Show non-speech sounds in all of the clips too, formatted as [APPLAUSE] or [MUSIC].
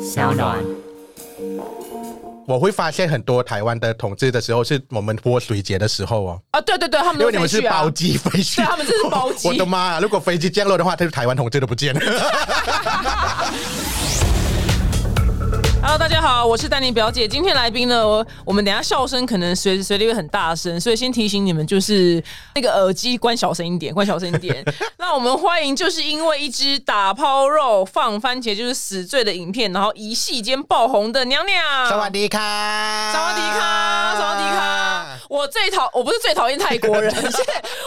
小暖。我会发现很多台湾的统治的时候，是我们泼水节的时候哦，啊，对对对，他们因都为你们是飞去啊包机飞去，对他们这是包机 [LAUGHS] 我的妈、如果飞机降落的话，他就台湾统治都不见 [LAUGHS] 了。 Hello，大家好，我是丹尼表姐。今天来宾呢，我我们等一下笑声可能随时随地会很大声，所以先提醒你们，就是那个耳机关小声一点，关小声 [LAUGHS] 一点。那我们欢迎，就是因为一只打抛肉放番茄就是死罪的影片，然后一夕间爆红的娘娘。萨瓦迪卡，萨瓦迪卡，萨瓦迪卡！我最讨，我不是最讨厌泰国 [LAUGHS] 人，是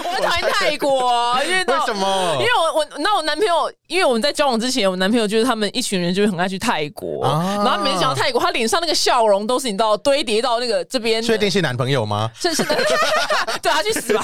我很讨厌泰国，因为到为什么因为我我那我男朋友，因为我们在交往之前，我男朋友就是他们一群人就是很爱去泰国，啊然后每次讲到泰国，他脸上那个笑容都是你知道堆叠到那个这边的，确定是男朋友 [LAUGHS] 吗？是是的，对他去死 [LAUGHS] 吧！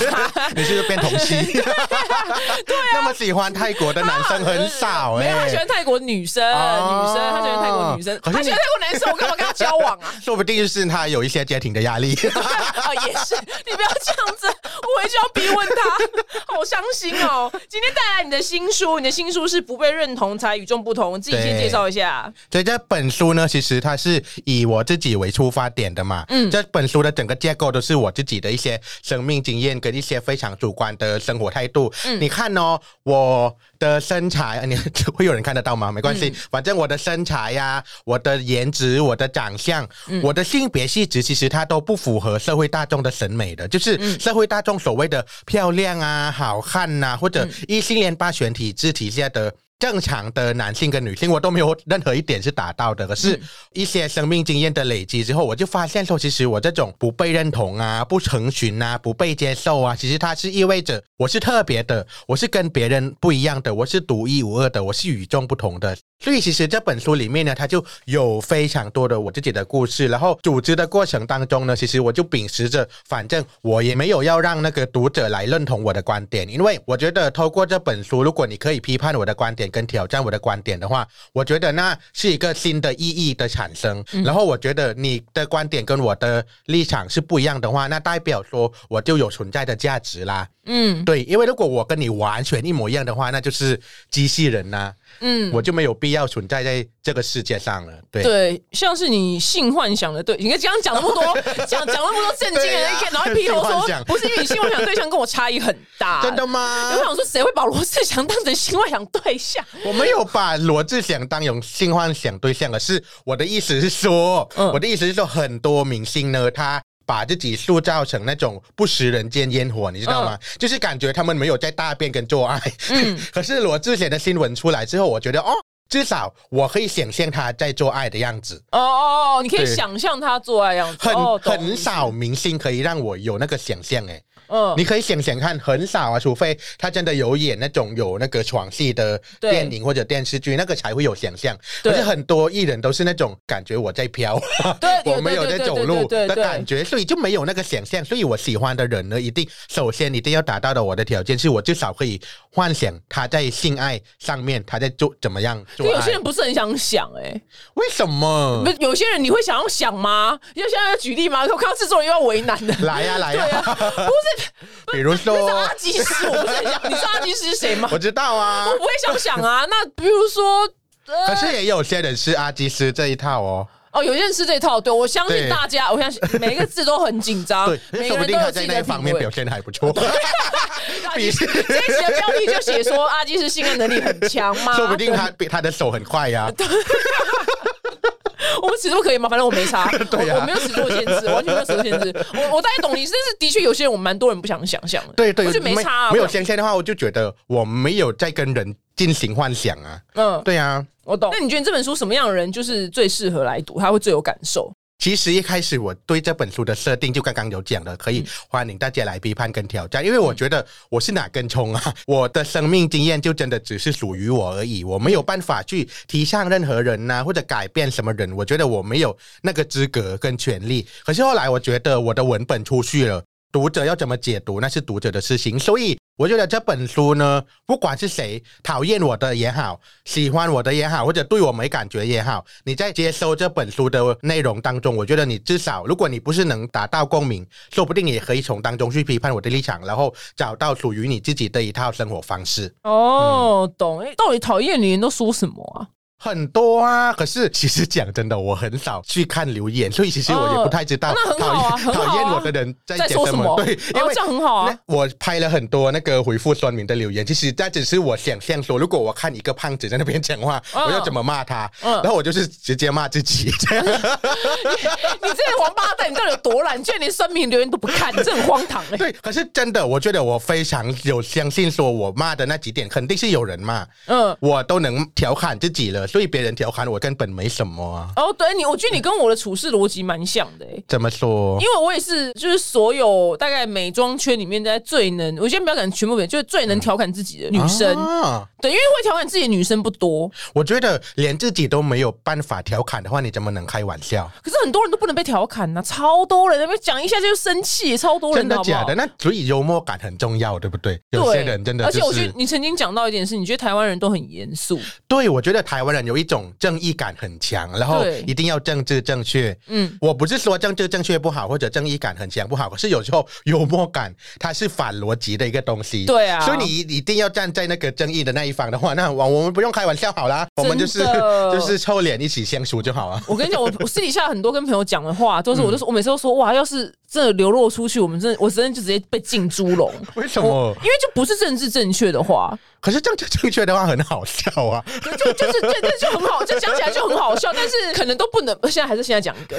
你是不是变同 [LAUGHS] 性？对啊，那么喜欢泰国的男生很少没哎、有，他喜欢泰国女生，哦女生，他喜欢泰国女生，可是他你喜欢泰国男生，我干嘛跟他交往 [LAUGHS] 啊？说不定是他有一些家庭的压力。啊，也是，你不要这样子，我回去要逼问他， [LAUGHS] 好伤心哦。今天带来你的新书，你的新书是不被认同才与众不同，自己先介绍一下。所以这本书呢，其实它是以我自己为出发点的嘛。嗯，这本书的整个架构都是我自己的一些生命经验跟一些非常主观的生活态度。嗯，你看哦，我的身材，呃你会有人看得到吗？没关系，反正我的身材呀、我的颜值、我的长相、我的性别气质，其实它都不符合社会大众的审美的，就是社会大众所谓的漂亮啊、好看呐、或者异性恋霸权体制体下的。正常的男性跟女性，我都没有任何一点是达到的。可是，一些生命经验的累积之后，我就发现说，其实我这种不被认同啊、不成群啊、不被接受啊，其实它是意味着我是特别的，我是跟别人不一样的，我是独一无二的，我是与众不同的。所以，其实这本书里面呢，它就有非常多的我自己的故事。然后，组织的过程当中呢，其实我就秉持着，反正我也没有要让那个读者来认同我的观点，因为我觉得透过这本书，如果你可以批判我的观点跟挑战我的观点的话，我觉得那是一个新的意义的产生。嗯然后，我觉得你的观点跟我的立场是不一样的话，那代表说我就有存在的价值啦。嗯对，因为如果我跟你完全一模一样的话，那就是机器人呐、嗯，我就没有必要存在在这个世界上了。对，对，像是你性幻想的对，你看刚刚讲那 [LAUGHS] 么多，讲讲那么多震惊的那一天，然后劈头性幻说想不是因为你性幻想对象跟我差异很大，真的。吗我？想说，谁会把罗志祥当成性幻想对 [LAUGHS] 象？我没有把罗志祥当有性幻想对象，而是我的意思是说，嗯我的意思是说，很多明星呢，他。把自己塑造成那种不食人间烟火，你知道吗？就是感觉他们没有在大便跟做爱。 [LAUGHS] 嗯可是罗志祥的新闻出来之后，我觉得哦，至少我可以想象他在做爱的样子。哦哦哦，你可以对想象他做爱的样子，很、哦懂很少明星可以让我有那个想象哎、嗯你可以想想看，很少啊，除非他真的有演那种有那个床戏的对电影或者电视剧，那个才会有想象。对可是很多艺人都是那种感觉我在飘， [LAUGHS] 对对我没有在走路对对对对的对感觉，所以就没有那个想象。所以我喜欢的人呢，一定首先一定要达到的我的条件是我至少可以幻想他在性爱上面他在做怎么样就做有爱嗯些。人不是很想想、欸，为什么 [LAUGHS] 哎、？不，有些人你会想要想吗？要现在要举例吗？我看到制作人又要为难的， [LAUGHS] 来啊呀、来呀、啊不是，比如那是说阿，基师，我不是很想，你知道阿基师是谁吗？ [LAUGHS] 我知道啊我。不会想想啊。那比如说，呃，可是也有些人是阿基师这一套哦，哦，有些人吃这套，对我相信对大家，我相信每一个字都很紧张，对，啊每说个不人定都他有自在己那一的方品面味表。现还不错，阿基师这一集的标题就写说阿基师性爱能力很强 [LAUGHS] [LAUGHS] 吗？说不定他比他的手很快啊呀、 [LAUGHS] 我们尺度可以吗？反正我没差， [LAUGHS] 对啊我我没有尺度的限制，完全没有尺度的限 [LAUGHS] 制。我我大概懂你，但是的确有些人，我们蛮多人不想想象的。对对，我就没差、啊，没有不然先天的话，我就觉得我没有在跟人进行幻想啊。嗯，对啊，我懂。那你觉得这本书什么样的人就是最适合来读，他会最有感受？其实一开始我对这本书的设定就刚刚有讲了，可以欢迎大家来批判跟挑战，因为我觉得我是哪根葱啊， [LAUGHS] 我的生命经验就真的只是属于我而已，我没有办法去提倡任何人呐、或者改变什么人，我觉得我没有那个资格跟权利。可是后来我觉得我的文本出去了。读者要怎么解读，那是读者的事情。所以我觉得这本书呢，不管是谁讨厌我的也好，喜欢我的也好，或者对我没感觉也好，你在接收这本书的内容当中，我觉得你至少，如果你不是能达到共鸣，说不定也可以从当中去批判我的立场，然后找到属于你自己的一套生活方式。哦，懂。哎，到底讨厌你人都说什么啊？很多啊，可是其实讲真的，我很少去看留言，所以其实我也不太知道哦那很讨好厌、啊很好啊讨厌我的人在在写说什什么对，因为哦、这样很好啊。那我拍了很多那个回复酸民的留言，其实那只是我想象说，如果我看一个胖子在那边讲话，嗯我要怎么骂他？嗯 [LAUGHS] 然后我就是直接骂自己，这样你这个王八蛋，你到底有多懒？你居然连声明留言都不看，你这很荒唐哎、对。可是真的，我觉得我非常有相信，说我骂的那几点肯定是有人骂，嗯。我都能调侃自己了，所以别人调侃我根本没什么啊。哦，对你，我觉得你跟我的处事逻辑蛮像的、欸，怎么说因？为我也是，就是所有大概美妆圈里面，在最能，我先不要讲全部美，就是最能调侃自己的女生，嗯啊对，因为会调侃自己的女生不多，我觉得连自己都没有办法调侃的话，你怎么能开玩笑？可是很多人都不能被调侃呐、超多人，那边讲一下就生气，超多人真的好不假好的？？那所以幽默感很重要，对不对？对，有些人真的、而就是，且我觉得你曾经讲到一点是，你觉得台湾人都很严肃，对，我觉得台湾人有一种正义感很强，然后对一定要政治正确。嗯，我不是说政治正确不好，或者正义感很强不好，可是有时候幽默感它是反逻辑的一个东西。对啊所以你一定要站在那个正义的那一方的话，那我我们不用开玩笑好啦，我们就是真的就是臭脸一起相处就好 [LAUGHS] 啊。我跟你讲，我我私底下很多跟朋友讲的话，嗯都是我都说，我每次都说，哇，要是真的流落出去，我们真的，我真的就直接被进猪笼。为什我么？因为就不是政治正确的话，可是政治正确的话很好笑啊。 [LAUGHS] 就就就是这这就很好，就讲起来就很好笑，但是可能都不能。现在还是现在讲一个，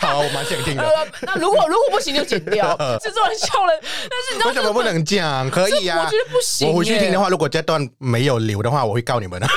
好，我蛮想听的。呃，那如果如果不行就剪 [LAUGHS] 掉，制作人笑了，但是你知道为什么不能讲？可以呀、这我觉得不行欸我回去耶听的话，如果这段没有留的话，我会告你们的。啊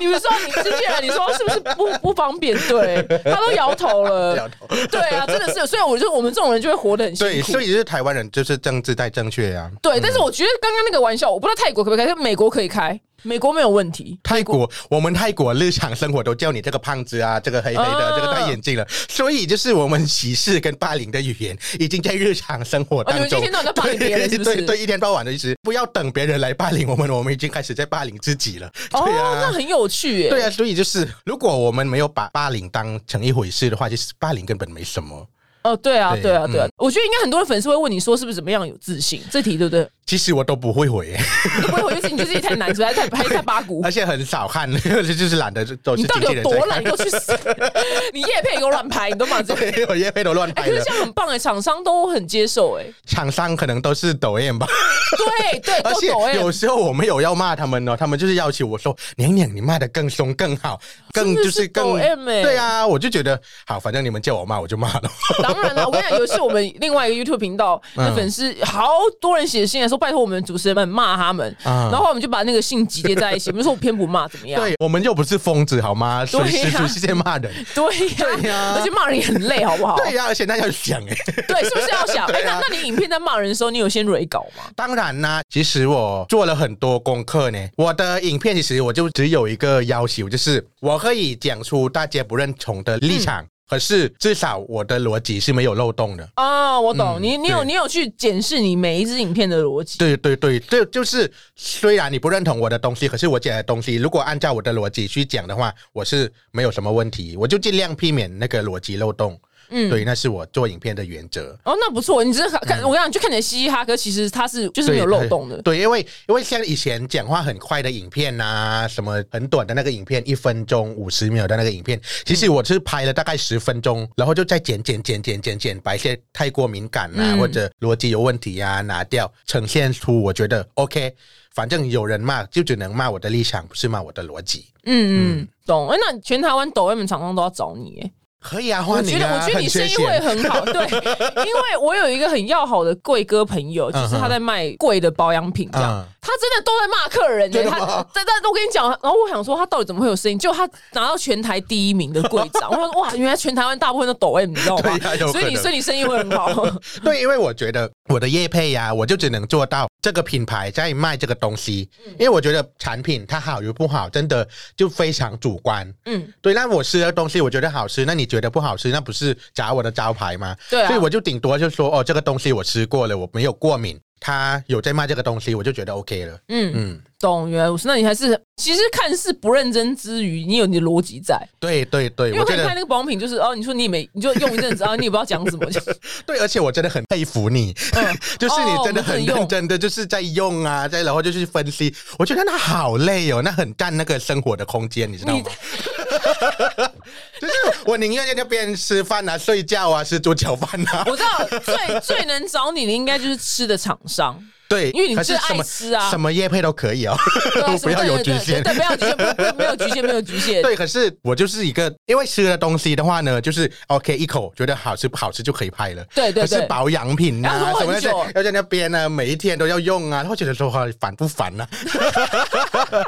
你们说你之前你说是不是不不方便？对，他都摇头 [LAUGHS] 了，摇头对啊，真的是，所以我就我们这种人就会活得很辛苦。对，所以就是台湾人就是政治太正确啊呀、对，但是我觉得刚刚那个玩笑，我不知道泰国可不可以开，但美国可以开，美国没有问题。泰国，我们泰国日常生活都叫你这个胖子啊，这个黑黑的，啊这个戴眼镜了，所以就是我们歧视跟霸凌的语言已经在日常生活当哦你们中。一天到晚在霸凌别人是不是对对对，一天到晚的一直不要等别人来霸凌我们，我们已经开始在霸凌自己了。哦，对啊，那很有趣耶。对啊，所以就是如果我们没有把霸凌当成一回事的话，其实霸凌根本没什么。哦，对啊，对对啊，嗯对啊。我觉得应该很多的粉丝会问你说是不是怎么样有自信？这题对 [LAUGHS] 不对？其实我都不会回，你不会回去，你就自己太难，是不是？还太还太八股而。且很少看， [LAUGHS] 就是懒得都哎你是到经纪底有人在多看 [LAUGHS] 懒？你给我去死！ [LAUGHS] 你叶配给我乱拍，你都嘛这个。对，我也被都乱哎、拍 [LAUGHS] 可是了这。样很棒哎、厂商都很接受 [LAUGHS] 哎、厂商可能都是抖 M 吧，对对， [LAUGHS] 而都且抖哎、有时候我没有要骂他们哦，他们就是要求我说：“娘娘，你骂的更凶更 [LAUGHS] 好，更真的就是更抖 M 欸对啊，我就觉得好，反正你们叫我骂我就骂 [LAUGHS] 了。当然了，我跟你讲，有一次我们另外一个 YouTube 频道的嗯粉丝，好多人写信来说，拜托我们主持人们骂他们，啊然后我们就把那个信集结在一起，我们说我偏不骂怎么样？对我们又不是疯子好吗？对随啊时 [LAUGHS] 随地在骂人。对对呀呀，而且骂人也很累，好不好？对呀、而且那要想哎、对，是不是要想？哎，对那啊那你影片在骂人的时候，你有先蕊稿吗？当然啦、其实我做了很多功课呢。我的影片其实我就只有一个要求，就是我可以讲出大家不认同的立嗯场，可是至少我的逻辑是没有漏洞的。哦，我懂，嗯你你有对你有去检视你每一支影片的逻辑。对对对，这就是虽然你不认同我的东西，可是我讲的东西，如果按照我的逻辑去讲的话，我是没有什么问题，我就尽量避免那个逻辑漏洞。嗯对，那是我做影片的原则。哦，那不错，你只是看，我跟你讲，就看起来嘻嘻哈，可其实它是就是没有漏洞的。嗯嗯对，因为因为像以前讲话很快的影片呐、什么很短的那个影片，一分钟五十秒的那个影片，其实我是拍了大概十分钟，然后就再剪剪剪剪剪剪，把一些太过敏感啊、嗯或者逻辑有问题啊拿掉，呈现出我觉得 OK，反正有人骂就只能骂我的立场，不是骂我的逻辑。嗯嗯，懂。哎，那全台湾抖 M 厂商都要找你，哎，可以啊，我欢迎觉得啊，我觉得你很缺生意会钱很 [LAUGHS] 好，对，因为我有一个很要好的贵哥朋友，就是他在卖贵的保养品这样嗯。他真的都在骂客人耶、真的他吗但但我跟你讲，然后我想说他到底怎么会有生意？就他拿到全台第一名的柜长，我想说哇，原来全台湾大部分都抖 M，你知道吗？对呀有可能所以你所以你生意会很 [LAUGHS] 好。对，因为我觉得我的业配呀、我就只能做到这个品牌在卖这个东西，嗯因为我觉得产品它好与不好，真的就非常主观。嗯，对，那我吃的东西我觉得好吃，那你觉得不好吃，那不是砸我的招牌吗？对啊所以我就顶多就说哦，这个东西我吃过了，我没有过敏。他有在卖这个东西，我就觉得 OK 了。嗯，嗯，懂原来我说，那你还是其实看似不认真之余，你有你的逻辑在。对对对，因为我我觉看你看得那个保养品，就是哦，你说你也没，你就用一阵子，啊，你也不知道讲 [LAUGHS] 什么，就是对，而且我真的很佩服你，嗯就是你哦真的我们很很用认真的就是在用啊，在然后就是分析，我觉得那好累哦，那很占那个生活的空间，你知道吗？ [LAUGHS] 就是我宁愿在那边吃饭啊、睡觉啊、吃猪脚饭 [LAUGHS] 啊，我知道最最能找你的应该就是吃的厂 [LAUGHS] 商，对，因为你可是最爱什么吃啊什么叶配都可以哦，对啊不要有局限对，对对不要有局限，不不没有局限，没有局 [LAUGHS] 限。对，可啊是我就是一个，因为吃的东西的话呢，就是 OK 一口觉得好吃不好吃就可以拍了。对对可是对保养品要啊拖什很么那些久要在那边呢、每一天都要用啊，会觉得说哇烦不烦呢、啊？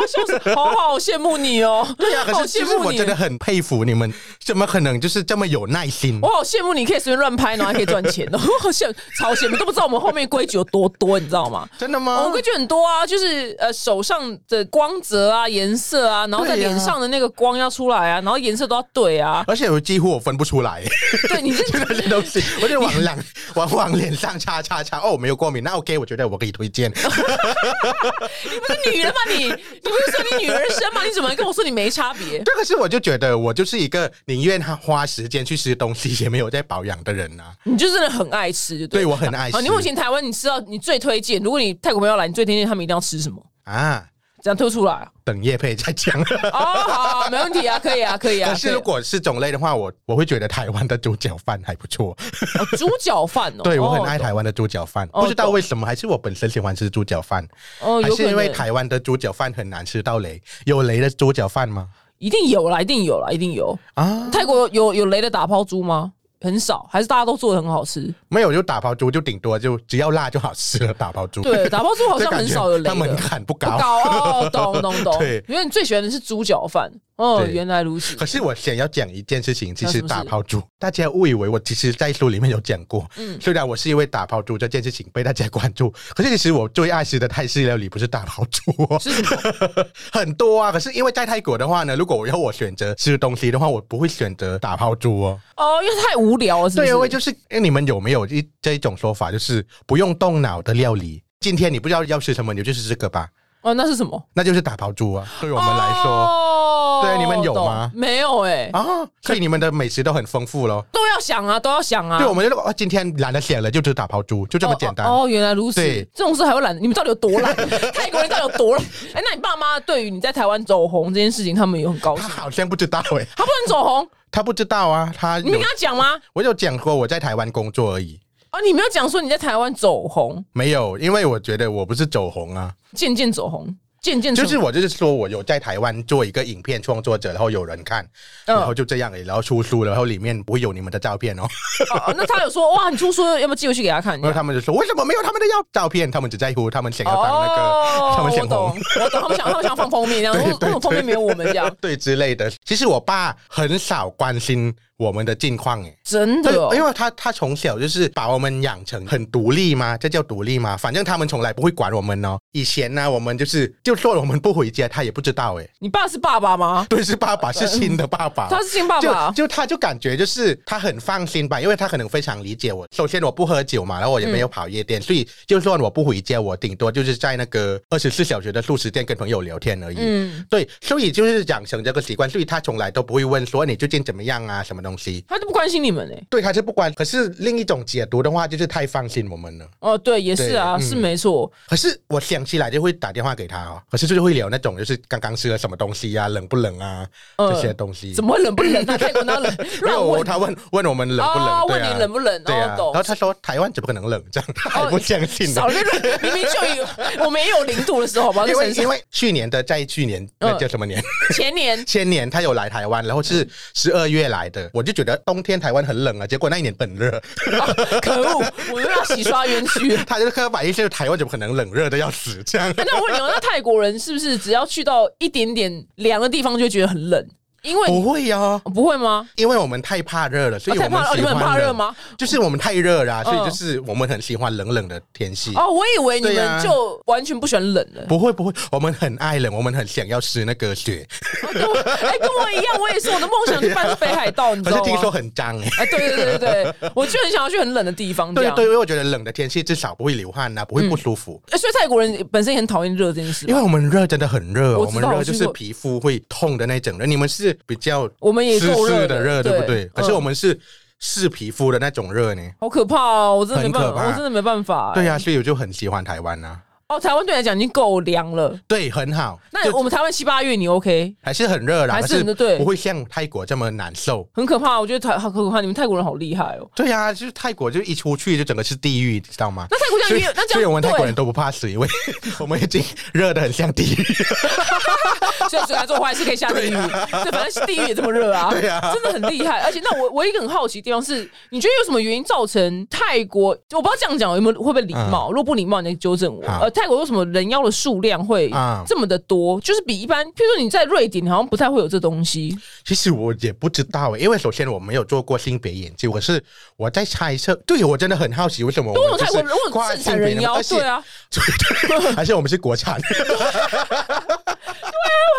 我笑死，好好羡慕你哦！对啊，可 [LAUGHS] 好是其羡实慕我你真的，很佩服你们，怎么可能就是这么有耐心我？好羡慕你可以随便乱拍，然后还可以赚钱哦！ [LAUGHS] 我好羡超羡慕，都不知道我们后面规矩有多多，你知道吗？真的我吗们？规矩很多啊，就是呃手上的光泽啊、颜色啊，然后在对呀。脸上的那个光要出来啊，然后颜色都要对啊 [LAUGHS] 而且我几乎我分不出来对，你这那些东西，我就往脸往往脸上擦擦擦，哦，我没有过敏，那 OK，我觉得我可以推荐。你不是女人吗？你你不是说你女儿身吗？你怎么跟我说你没差别？对，可是我就觉得我就是一个宁愿花时间去吃东西，也没有在保养的人啊。你就真的很爱吃，就对对了。我很爱吃。好，你目前台湾你吃到你最推荐，如果你泰国朋友来，你最推荐他们一定要吃什么？啊，这样推出 [LAUGHS] 来啊等叶配再讲。哦，好好，没问题啊，可以啊，可以啊。可是如果是种类的话，我我会觉得台湾的猪脚饭还不错。可以啊哦猪脚饭哦，对我很哦爱台湾的猪脚饭，哦不知道为什么，还是我本身喜欢吃猪脚饭，哦，还有是可能因为台湾的猪脚饭很难吃到雷？有雷的猪脚饭吗？一定有啦，一定有啦，一定有。啊，泰国有有雷的打抛猪吗？很少，还是大家都做的很好吃？没有，就打包猪就顶多就只要辣就好吃了，打包猪。 [LAUGHS] 对，打抛猪好像很少有这雷感觉它门的。槛不不高。高哦，懂懂懂。对因为你最喜欢的是猪脚饭。哦，对原来如此。可是我想要讲一件事情，其那实什么事打抛猪，大家误以为我其实在书里面有讲过。嗯虽然我是因为打抛猪这件事情被大家关注，可是其实我最爱吃的泰式料理不是打抛猪、哦，是什么？ [LAUGHS] 很多啊。可是因为在泰国的话呢，如果我要我选择吃东西的话，我不会选择打抛猪哦。哦，因为太无聊了，是不对，是？因为就是哎你们有没有一这一种说法，就是不用动脑的料理？今天你不知道要吃什么，你就吃这个吧，哦，那是什么？那就是打抛猪啊。对我们来说哦对你们有吗懂没有哎，啊，所以你们的美食都很丰富咯。都要想啊，都要想啊。对，我们就哦，今天懒得写了，就只打抛猪，就这么简单。哦，哦原来如此对。这种事还会懒？你们到底有 [LAUGHS] 多懒？泰国人到底有多懒？哎，那你爸妈对于你在台湾走红这件事情，他们有很高兴他吗？好像不知道哎、 [LAUGHS] 他不能走红，他不知道啊，他你没有跟他讲吗？我有讲过我在台湾工作而已，哦，你没有讲说你在台湾走红，没有，因为我觉得我不是走红啊，渐渐走红，渐渐就是成我就是说我有在台湾做一个影片创作者，然后有人看，嗯然后就这样而已，然后出书了，然后里面不会有你们的照 [LAUGHS] 片哦，哦哦那他有说哇，你出书要不要寄回去给他看？然后他们就说为什么没有他们的要照片，他们只在乎他们想要当那个，哦他们想我懂红，，我懂，他们想他们想放封面，然 [LAUGHS] 后对对为什么封面没有我们这样？对之类的。其实我爸很少关心我们的近况哎。真的对哦，，因为他他从小就是把我们养成很独立嘛，这叫独立嘛。反正他们从来不会管我们哦。以前呢、我们就是就说我们不回家，他也不知道哎。你爸是爸爸吗？对，是爸爸，是新的爸爸。 [LAUGHS] 他是亲爸爸就，就他就感觉就是他很放心吧，因为他可能非常理解我。首先我不喝酒嘛，然后我也没有跑夜嗯店，所以就算我不回家，我顶多就是在那个二十四小时的素食店跟朋友聊天而已。嗯，对，所以就是养成这个习惯，所以他从来都不会问说你最近怎么样啊，什么东西。他都不关心你们哎。对，他是不管。可是另一种解读的话，就是太放心我们了。哦，对，也是啊，对嗯是没错。可是我想起来就会打电话给他哦，可是就是会聊那种就是刚刚吃了什么东西呀、冷不冷啊、嗯这些东西。怎么会冷不冷啊？泰国 [LAUGHS] 哪冷？没有乱问他问问我们冷不冷？哦对问啊你冷不冷？对啊哦，然后懂。他说台湾怎么可能冷？这样他还不相信呢少。了个冷，明明就有，我们也有零度的时候， [LAUGHS] 好不好？在因为身因上为去年的在去年嗯那叫什么年？前年前年他有来台湾，然后嗯是十二月来的，我就觉得冬天台湾很冷啊，结果那一年很热， [LAUGHS] 啊可恶，我又要洗刷冤屈。哎他就刻板印象台湾怎么可能冷热的要死 [LAUGHS] 这样？那我问你哦，那泰国人是不是只要去到一点点凉的地方就会觉得很冷？因为不会呀、不会吗？因为我们太怕热了，所以哦我太怕们了哦喜你们很怕欢热吗？就是我们太热了啊、所嗯以就是我们很喜欢冷冷的天气。哦，我以为你对啊们就完全不喜欢冷了。不会不会，我们很爱冷，我们很想要吃那个雪，哦跟我哎、跟我一样，我也是，我的梦想就办是北海道，你知可道是 [LAUGHS] 吗？听说很脏哎、哎， [LAUGHS] 对对对对对，我就很想要去很冷的地方，这对样对，因为我觉得冷的天气至少不会流汗啊呐、不会不舒服。哎所以泰国人本身也很讨厌热这件事吧。因为我们热真的很热哦，我我知们道热我就去是过皮肤会痛的那种热。你们是比较我们也湿够湿热的热，对不对？嗯可是我们是试皮肤的那种热呢。好可怕哦！我真的没办很可法，怕我真的没办法、对呀、呀、所以我就很喜欢台湾呐、啊哦，台湾对你来讲已经够凉了。对，很好。那就我们台湾七八月你 OK？还是很热啦，还是可很热对不会像泰国这么难受。很可怕，我觉得台好可怕，你们泰国人好厉害哦。对啊，就是泰国就一出去就整个是地狱，你知道吗？那泰国这所样以也，那这所以样我们泰国人对，都不怕死，因为 [LAUGHS] 我们已经热得很像地狱。 [LAUGHS] 所以谁来做坏事可以下地狱，对，反正地狱也这么热啊，啊对啊真的很厉害。而且，那我我一个很好奇的地方是，你觉得有什么原因造成泰国？我不知道这样讲有没有会不会礼貌，如果不礼貌，你就纠正我。嗯好呃，泰国为什么人妖的数量会嗯这么的多？就是比一般，譬如说你在瑞典，你好像不太会有这东西。其实我也不知道欸，因为首先我没有做过性别研究，可是我在猜测。对，我真的很好奇，为什么我为什们么就泰国是人如果跨正性常别人的妖，而且对啊， [LAUGHS] 对对，还是我们是国产，啊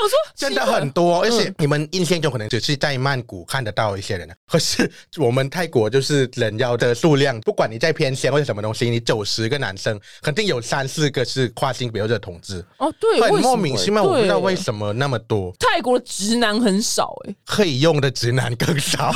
我说 [LAUGHS] 真奇的怪嗯很多。而且你们印象中可能只是在曼谷看得到一些人啊，可是我们泰国就是人妖的数量，不管你在偏乡或者什么东西，你九十个男生，肯定有三四个是跨性别或者同志，哦，对，很为什莫么名其妙，我不知道对为什么那么多，泰国的直男很少哎、可以用的直男更 [LAUGHS] 少。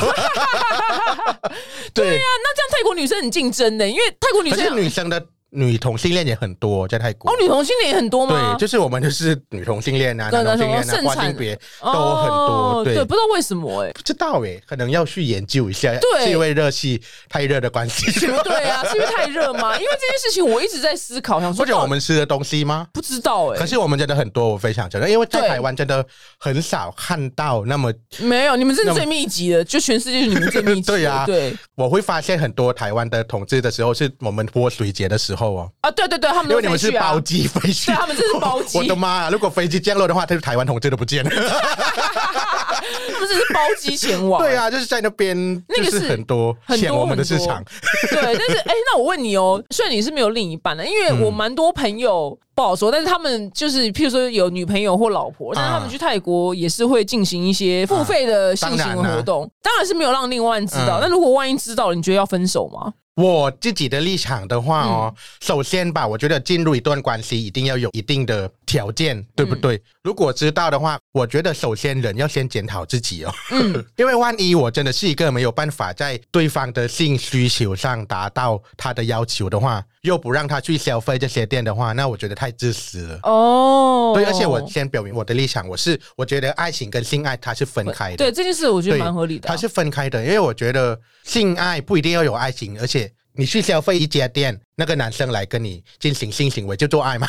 对那啊那这样泰国女生很竞争呢、因为泰国女可是生女生的女同性恋也很多，在泰国。哦，女同性恋也很多吗？对，就是我们就是女同性恋啊，对男同性恋啊，男同跨盛产性别都很哦多。对，不知道为什么 [LAUGHS] 哎、不知道诶，可能要去研究一下，对是因为热气太热的关系， [LAUGHS] 对啊，是因为太热吗？因为这件事情我一直在思考，想说或者我到底们吃的东西吗？不知道哎、可是我们真的很多，我非常承认，因为在对台湾真的很少看到那么，没有，你们真的那么最密集的，就全世界是你们最密集的， [LAUGHS] 对啊对我会发现很多台湾的同志的时候，是我们泼水节的时候哦，啊，对对对，他 [LAUGHS] 们因都为你们飞是去啊包，机飞去，对他们真是包 [LAUGHS] 机我的妈、啊！如果飞机降落的话，他台湾同志都不见了。他们真是包机前 [LAUGHS] [LAUGHS] 往、对啊，就是在那边，那就个是是很多很抢多我们的很市多场，对，但是哎、那我问你哦，虽然你是没有另一半的，因为嗯我蛮多朋友不好说，但是他们就是譬如说有女朋友或老婆，啊但是他们去泰国也是会进行一些付费的性行为活啊动，当然是没有让另外人知道。嗯那如果万一知道了，你觉得要分手吗？我自己的立场的话哦，首先吧，我觉得进入一段关系一定要有一定的条件，对不对？如果知道的话，我觉得首先人要先检讨自己哦，嗯，因为万一我真的是一个没有办法在对方的性需求上达到他的要求的话，又不让他去消费这些店的话，那我觉得太自私了。哦，对，而且我先表明我的立场，我是我觉得爱情跟性爱它是分开的，对这件事，我觉得对蛮合理的啊、它是分开的，因为我觉得性爱不一定要有爱情，而且你去消费一家店，那个男生来跟你进行性行为就做爱嘛，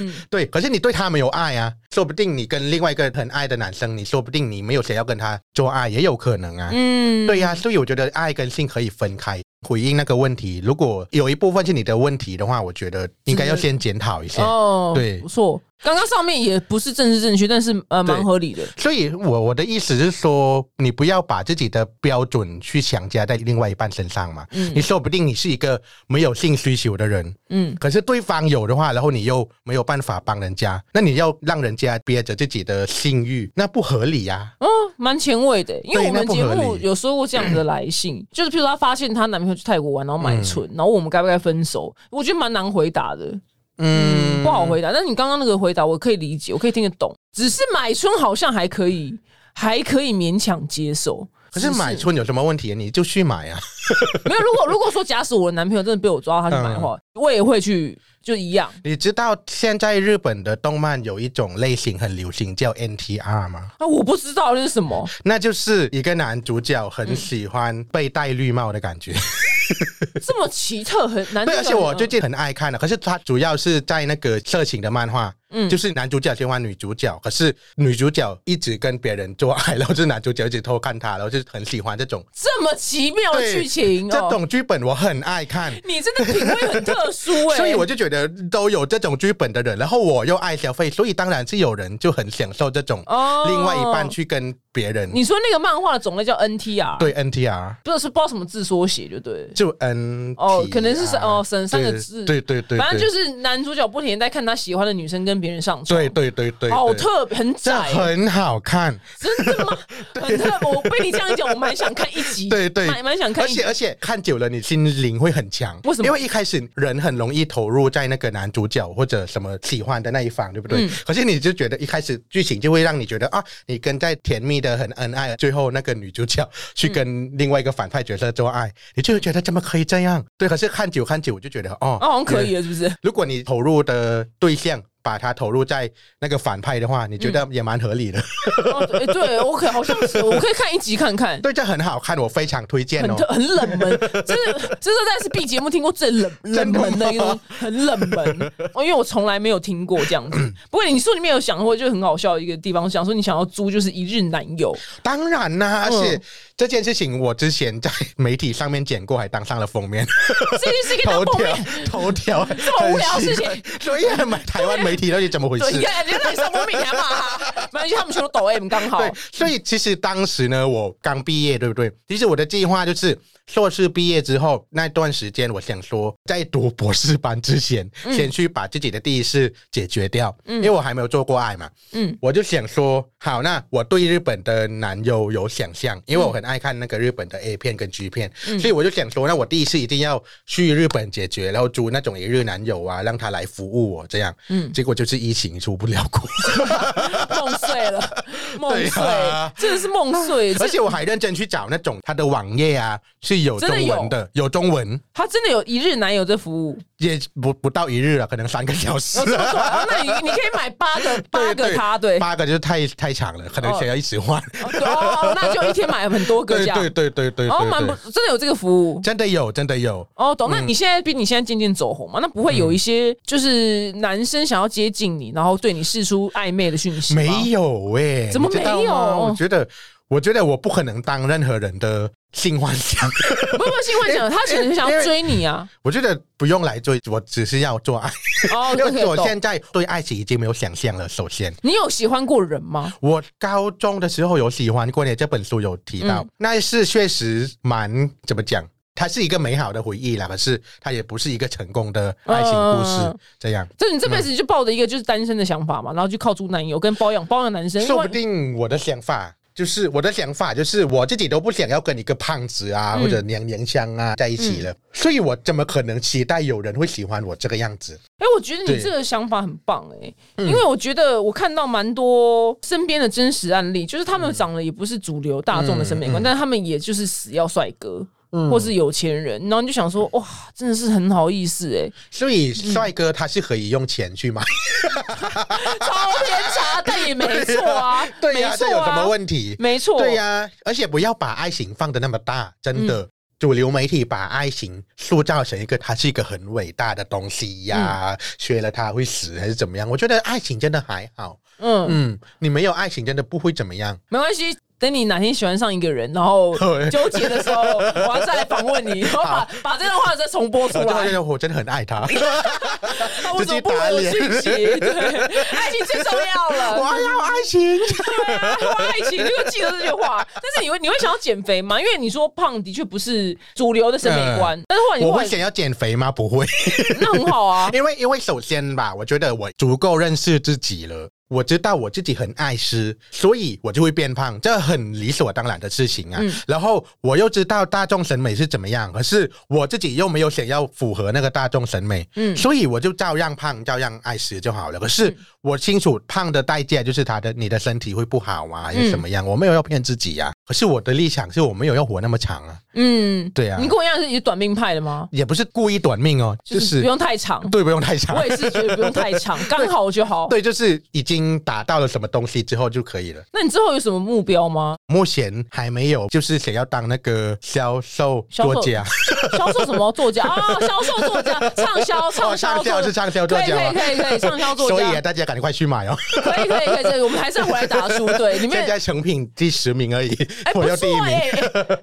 嗯 [LAUGHS] 对。可是你对他没有爱啊，说不定你跟另外一个很爱的男生，你说不定你没有想要跟他做爱，也有可能啊。嗯对呀、所以我觉得爱跟性可以分开。回应那个问题，如果有一部分是你的问题的话，我觉得应该要先检讨一下。哦，对不错。刚刚上面也不是政治正确，但是呃，对蛮合理的。所以我我的意思是说，你不要把自己的标准去强加在另外一半身上嘛。你说不定你是一个没有性需求的人，嗯，可是对方有的话，然后你又没有办法帮人家，那你要让人家憋着自己的性欲，那不合理啊呀、哦，蛮前卫的，因为对我们那不节合目理有收过这样的来 [CLEARS THROAT] 信，就是譬如她发现她男朋友去泰国玩，然后买春，嗯然后问我们该不该分手，我觉得蛮难回答的，嗯，不好回答。但你刚刚那个回答我可以理解，我可以听得懂，只是买春好像还可以，还可以勉强接受。可是只买春有什么问题？你就去买啊。没有，如果如果说假使我的男朋友真的被我抓到他去买的嗯话，我也会去，就一样你知道现在日本的动漫有一种类型很流行，叫 NTR 吗？啊，我不知道这是什么，那就是一个男主角嗯很喜欢被戴绿帽的感觉。这么奇特， [LAUGHS] 很难。哦对，而且我最近很爱看的，可是它主要是在那个色情的漫画，嗯就是男主角喜欢女主角，可是女主角一直跟别人做爱，然后就是男主角一直偷看她，然后就很喜欢这种这么奇妙的对剧情这哦。种剧本，我很爱看。你真的品味很特殊哎、所以我就觉得都有这种剧本的人，然后我又爱消费，所以当然是有人就很享受这种哦另外一半去跟别人。你说那个漫画的种类叫 NTR，，对 NTR 不是是不知道什么字缩写，就对。就 N 哦可能是三哦省三个字对对对，反正就是是男主角不停地在看他喜欢的女生跟别人上床，对对对对，好对特欸别，很这窄，很 [LAUGHS] 好看，真的吗？很特别。我被你这样一讲，我蛮想看一集，对对，蛮蛮想看而一且集。而且看久了，你心灵会很强。为什么因为一开始人很容易投入在那个男主角或者什么喜欢的那一方，对不嗯对？可是你就觉得一开始剧情就会让你觉得啊，你跟在甜蜜的很恩爱，最后那个女主角去跟另外一个反派角色做爱，你就会觉得怎么可以这样？对，可是看久看久，我就觉得哦，哦，好像可以了，是不是？如果你投入的对象。把它投入在那个反派的话，你觉得嗯也蛮合理的， [LAUGHS] 哦，对，对我可好像是，我可以看一集看看。对，这很好看，我非常推荐很哦。特很冷门，真的，这是在是 B 节目听过最冷冷门的一个东西，很冷门。哦，因为我从来没有听过这样子。不过你说里面有想过，就很好笑的一个地方，想说你想要租就是一日男友，当然啦、而且嗯这件事情我之前在媒体上面剪过，还当上了封 [LAUGHS] 面，这件事情头到后条面，头条，这么无聊的事情，所以买台湾媒体到底怎么回对，你事？看，你看你上封面，你还骂他，没关系，他们全都抖 M 刚好对，所以其实当时呢，我刚毕业，对不对？其实我的计划就是硕士毕业之后那段时间，我想说，在读博士班之前，嗯先去把自己的第一次解决掉，因为我还没有做过爱嘛。嗯我就想说，好，那我对日本的男优有想象，因为我很爱看那个日本的嗯 A 片跟 G 片，所以我就想说，那我第一次一定要去日本解决，然后租那种一日男友啊，让他来服务我这样。嗯结果就是疫情出不了 [LAUGHS] 国，梦碎了，梦碎对啊，真的是梦碎。而这且我还认真去找那种他的网页啊是有中文真的，有中文。他真的有一日男友这服务，也不不到一日了，啊可能三个小时有这么了。短啊？那你你可以买八个 [LAUGHS] 八对个对他，对。八个就是太太长了，可能想要一直换。哦对哦，那就一天买很多个这对样对。对对对哦，对蛮对不，真的有这个服务。真的有真的有，哦，懂。那你现在比你现在渐渐走嗯红嘛？那不会有一些就是男生想要接近你，然后对你释出暧昧的讯息吗？没有哎、怎么你知道吗没有我觉得，我觉得我不可能当任何人的性幻想。不不，性幻哎想，他可能想要追你啊。 [LAUGHS] 我觉得不用来追，我只是要做爱，哦，哎因为对，我懂。现在对爱情已经没有想象了。首先，你有喜欢过人吗？我高中的时候有喜欢过你，这本书有提到，嗯那是确实蛮怎么讲，它是一个美好的回忆啦，可是它也不是一个成功的爱情故事。嗯这样，就你这辈子你就抱着一个就是单身的想法嘛，然后去靠猪男友跟包养包养男生，说不定我的想法。就是我的想法，就是我自己都不想要跟一个胖子啊、嗯或者娘娘腔啊在一起了，所以我怎么可能期待有人会喜欢我这个样子？哎、我觉得你对嗯这个想法很棒哎、因为我觉得我看到蛮多身边的真实案例，就是他们长得也不是主流大众的审美观，嗯嗯但他们也就是死要帅哥。或是有钱人，然后你就想说，哇，真的是很好意思哎、所以帅哥他是可以用钱去买，超偏差，但也没错啊，对呀、没这错有什么啊，问题？没错，对呀、而且不要把爱情放的那么大，真嗯的。主流媒体把爱情塑造成一个它是一个很伟大的东西呀、嗯缺了它会死还是怎么样？我觉得爱情真的还好，嗯，嗯，你没有爱情真的不会怎么样。没关系。等你哪天喜欢上一个人，然后纠结的时候，我要再来访问你，然后把把这段话再重播出我来真。的我真的很爱他，啊我自怎己么不回打我脸讯息？ [LAUGHS] 对，爱情最重要我了。要爱情。对啊，爱情就记得这句话。但是你会你会想要减肥吗？因为你说胖的确不是主流的审美观，但是后来你 [LAUGHS] 嗯我后会来想要减肥吗？不会，那很好啊。因为因为首先吧，我觉得我足够认识自己了。我知道我自己很爱吃，所以我就会变胖，这很理所当然的事情啊。嗯然后我又知道大众审美是怎么样，可是我自己又没有想要符合那个大众审美，嗯所以我就照样胖，照样爱吃就好了。可是我清楚胖的代价就是他的你的身体会不好啊，还是怎么样？我没有要骗自己呀、啊可是我的立场是我没有要活那么长啊，嗯，对啊你跟我一样是也是短命派的吗？也不是故意短命哦，就就是是不用太长。对，不用太长我。也是觉得不用太长，刚好就 [LAUGHS] 好。对，就是已经达到了什么东西之后就可以了。那你之后有什么目标吗？目前还没有，就是想要当那个销售销售作家，销售什么作家啊？销售作 [LAUGHS] 家，畅哦销畅销上作校是畅销作家可以啊，可以可以可以畅 [LAUGHS] 销作家。所以啊，大家赶快去 [LAUGHS] 买哦。可以可以可以可以，我们还是要回来打书。 [LAUGHS] 对，你现们在成品第十名而已， [LAUGHS] 哎，不我要错第一名。哎、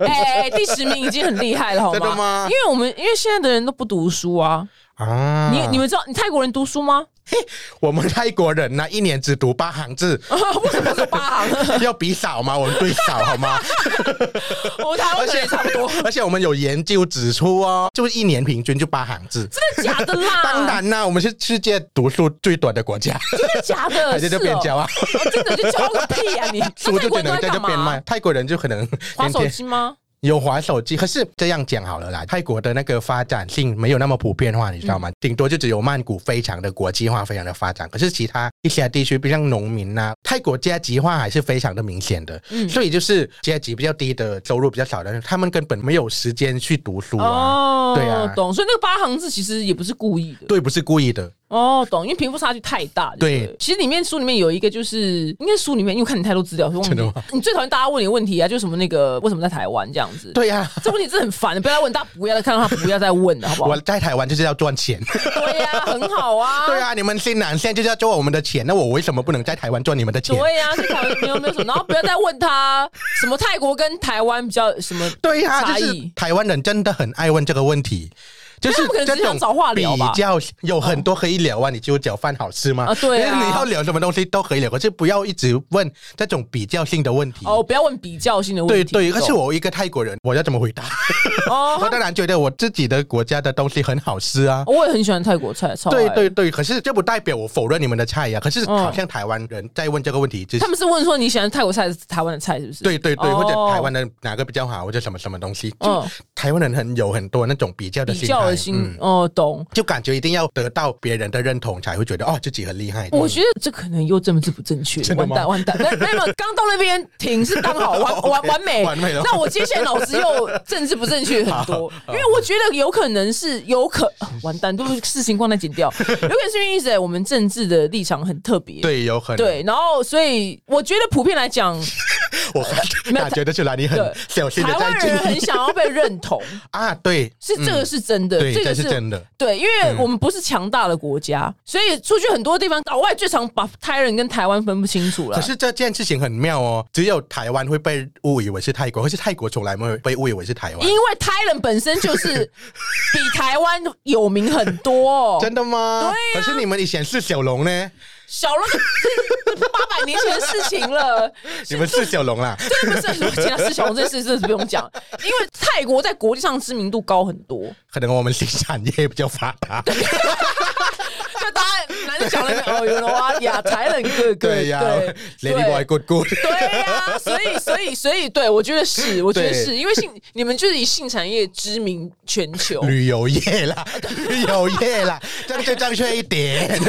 哎哎哎第十名已经很厉害了，好吗？真的吗因为我们因为现在的人都不读书啊，啊！你你们知道你泰国人读书吗？ [LAUGHS] 嘿，我们泰国人呢、一年只读八行字，为什么是八行 [LAUGHS] 呢？要比少吗？我们对少好吗？ [LAUGHS] 而我们台湾可能且也差不多，，而且我们有研究指出哦，就是一年平均就八行字。真的假的啦？当，然啦，我们是世界读书最短的国家，真的假的？还在这边是哦教啊，哦真的就教个屁啊！你 [LAUGHS] 书就只能在在这边卖。泰国人就可能划天手天机吗？有滑手机，可是这样讲好了啦，泰国的那个发展性没有那么普遍化，你知道嗯吗？顶多就只有曼谷非常的国际化，非常的发展。可是其他一些地区，比如像农民呐、泰国阶级化还是非常的明显的。嗯所以就是阶级比较低的、收入比较少的人，他们根本没有时间去读书啊。哦，对啊懂。所以那个八行字其实也不是故意的。对，不是故意的。哦，懂，因为贫富差距太大。对不其实里面书里面有一个，就是应该书里面，因为我看你太多资料，我忘记 [LAUGHS] 真的吗。你最讨厌大家问你的问题啊，就是什么那个啊为什么在台湾这样子？，对啊呀、这问题真的很烦，不要再问，大家不要再看到他，不要再问了，好不好 [LAUGHS] 我？在台湾就是要赚钱。对呀、很好啊。 [LAUGHS] 对啊，你们新南线就是要赚我们的钱，那我为什么不能在台湾赚你们的钱？对呀、所以台湾没有没有什么，然后不要再问他什么泰国跟台湾比较什么对呀、差就是异台湾人真的很爱问这个问题，就是 [LAUGHS] 因为他们可能只这是想种找话聊比吧较有很多可以聊啊，你就找饭好吃吗？啊对啊就是你要聊什么东西都可以聊，可是不要一直问这种比较性的问题。哦，不要问比较性的问对题。对，可是懂我一个泰国人，我要怎么回 [LAUGHS] 答？我哦， [LAUGHS] 当然觉得我自己的国家的东西很好吃啊。我也很喜欢泰国菜，超爱对对对，可是这不代表我否认你们的菜呀、可是哎嗯好像台湾人在问这个问题之前他。们是问说你喜欢泰国菜还是台湾的菜，是不是？对对对，或者哦台湾的哪个比较好，或者什么什么东西，就嗯台湾人很有很多那种比较的比心较态，的心、嗯哦，懂。就感觉一定要得到别人的认同才会觉得哦自己很厉害。我觉得这可能又政治不正确，真的完吗蛋完蛋！没没有，刚到那边停是刚好完完 OK，完 [LAUGHS] 美，完美了那我接下来脑子又政治不正确很多，因为我觉得有可能是有可、 [LAUGHS] 啊完蛋，都是事情光在剪 [LAUGHS] 掉，有可能是因为在我们政治的立场很特别，对，有可能。对，然后所以我觉得普遍 [LAUGHS] 来讲，我感觉得出来你很对小心台的湾在人注很意想要被 [LAUGHS] 认同，啊，对，是这个嗯是真的，对，这这个是真的。嗯对，因为我们不是强大的国家，所以出去很多地方，岛外最常把泰人跟台湾分不清楚了。可是这件事情很妙哦，只有台湾会被误以为是泰国，可是泰国从来没有被误以为是台湾因。为泰人本身就是 [LAUGHS] 比台湾有名很多、哦真的吗？啊可是你们以前是小龙呢，小了八百年前的事情了，你们是小龙啦，这不是我讲是小红这事，真的是不用讲，因为泰国在国际上知名度高很多。可能我们新产业比较发达。就大家男生讲了哦，有了哇呀，台人哥哥对呀 [LAUGHS] 对，Lady Boy Good Good。对呀、所以所以所以，对我觉得是，我觉得对是因为性，你们就是以性产业知名全球。旅游业啦，旅游业啦，正确正确一 [LAUGHS] 点。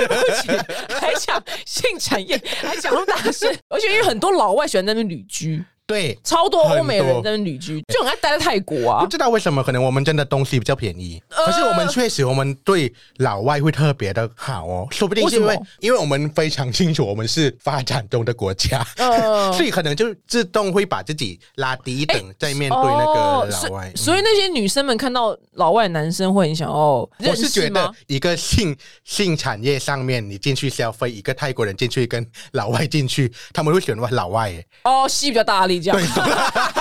还讲性产业，还讲那么大声，而且因为很多老外喜欢在那边旅居，对，超多欧美人很多在那边旅居，就很爱待在泰国啊不。知道为什么，可能我们真的东西比较便宜，呃可是我们确实我们对老外会特别的好哦，说不定是因为为什么因为我们非常清楚我们是发展中的国家。[LAUGHS] 呃所以可能就自动会把自己拉低一等，在面对那个老外。哦嗯所以所以那些女生们看到老外男生会很想要嗯我认是觉识得吗？一个性性产业上面，你进去消费，一个泰国人进去跟老外进去，他们会选老外 [LAUGHS] 耶，哦，吸比较大力这样。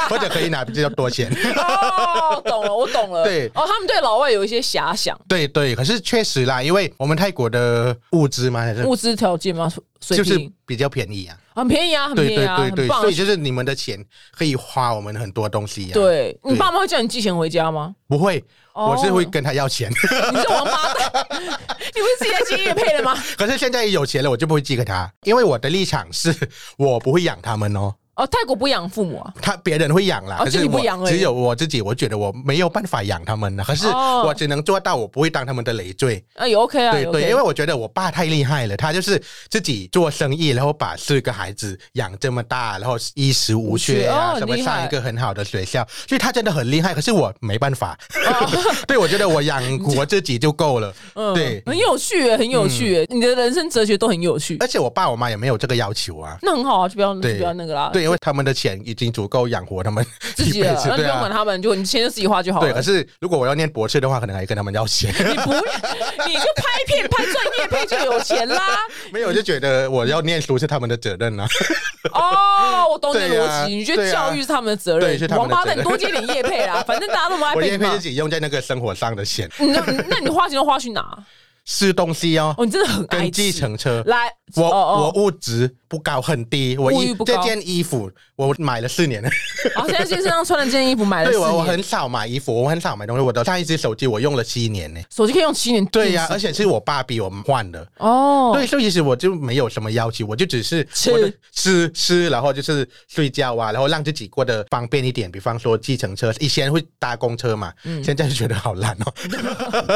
或者可以拿比较多钱。哦，懂了，我懂了。对哦，他们对老外有一些遐想，对对，可是确实啦，因为我们泰国的物资嘛，还是物资条件吗？水就平、是比较便宜啊。很便宜啊，很对便对宜啊，对很对，棒啊所以。就是你们的钱可以花我们很多东西呀、，对你对爸妈会叫你寄钱回家吗？不会，哦我是会跟他要钱。你是王八蛋，你不是自己在接业配的吗？ [LAUGHS] 可是现在有钱了，我就不会寄给他，因为我的立场是我不会养他们哦。哦，泰国不养父母啊，他别人会养啦，哦可是就你不我养而已只有我自己，我觉得我没有办法养他们了。可是哦我只能做到，我不会当他们的累赘。啊也 OK 啊，对也 OK 对，因为我觉得我爸太厉害了，他就是自己做生意，然后把四个孩子养这么大，然后衣食无缺啊，无缺哦什么厉害上一个很好的学校，所以他真的很厉害。可是我没办法，哦 [LAUGHS] 对我觉得我养活自己就够 [LAUGHS] 了。嗯对，嗯很有趣耶，很有趣耶，你的人生哲学都很有趣而，且我爸我妈也没有这个要求啊。那很好啊，就不要就哎对不要那个啦，对，因为他们的钱已经足够养活他们自 [LAUGHS] 己一辈的子，那你对不用啊管。他们，就你钱就自己花就好对，可了。是如果我要念博士的话，可能还跟他们要钱。 [LAUGHS] 你不，你就拍片拍专业配就有钱 [LAUGHS] 啦。没有，我就觉得我要念书是他们的责任啊。哦，我懂你的对逻啊辑，你觉得教育是他们的责对任是，他们王的八责蛋，任你多接点 [LAUGHS] 业配啦，反正大家都不爱我配也你会嘛嗯自。己用在那个生活上的钱。你那那你花钱都花去哪？吃东西哦，哦，你真的很爱跟吃计程车。来，我、哦我物质不高，很低。我物一欲不这高件衣服我买了四年了，哦，现在先身上穿了这件衣服，买了对四我我年，很少买衣服，我很少买东西。我的上一只手机我用了七年呢。手机可以用七年，对呀、电池而且是我爸逼我换的。哦，对，所以其实我就没有什么要求，我就只是吃我就吃吃，然后就是睡觉啊，然后让自己过得方便一点。比方说计程车，以前会搭公车嘛，嗯现在就觉得好懒哦。啊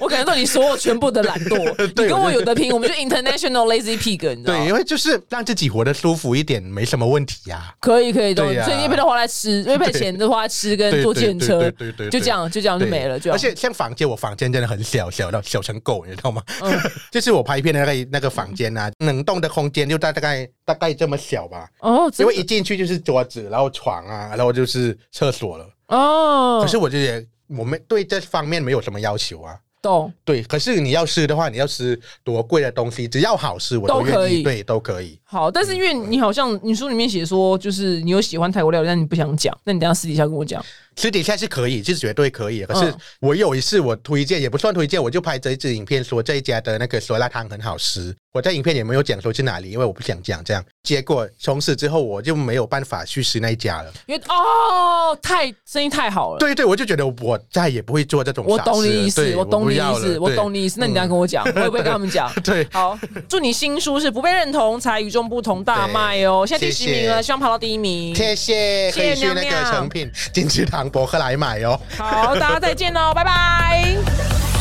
我感觉到你所有全部的懒惰， [LAUGHS] 对你跟我我就有的拼，我们就 international lazy pig，你知道对，吗？因为就是让自己活得舒服一点，没什么问题呀、可以可以都，对呀所以那边都花在 [LAUGHS] 吃，那边钱都花在吃跟对坐电对车对对对对，对就这样就这样就对，没了，就而且像房间，我房间真的很小，小到小成狗，你知道吗？嗯 [LAUGHS] 就是我拍片的那个那个房间啊，能动的空间就大大概大概这么小吧。哦，真因为的一进去就是桌子，然后床啊，然后就是厕所了。哦可，是我就觉得我们对这方面没有什么要求啊。懂对，可是你要吃的话，你要吃多贵的东西，只要好吃我都都可愿以意，对，都可以。好，但是因为你好像你书里面写说，就是你有喜欢泰国料理，但你不想讲，那你等一下私底下跟我讲。私底下是可以，是绝对可以的。可是嗯我有一次我推荐，也不算推荐，我就拍这一支影片说这一家的那个酸辣汤很好吃。我在影片也没有讲说去哪里，因为我不想讲这样。结果从此之后我就没有办法去吃那一家了。因为哦，太生意太好了。对对，我就觉得我再也不会做这种我傻事了。懂你意思对，我懂不你意要思，了我对懂你意思。那你等一下跟我讲，我也不会跟他 [LAUGHS] 们讲。对。好，祝你新书是不被认同才与众不同大卖哦！现在第十谢谢名了，希望爬到第一名。谢 [LAUGHS] 谢，可以去那谢谢娘个娘成品金池堂博客来买哦。好，大家再见喽，拜拜。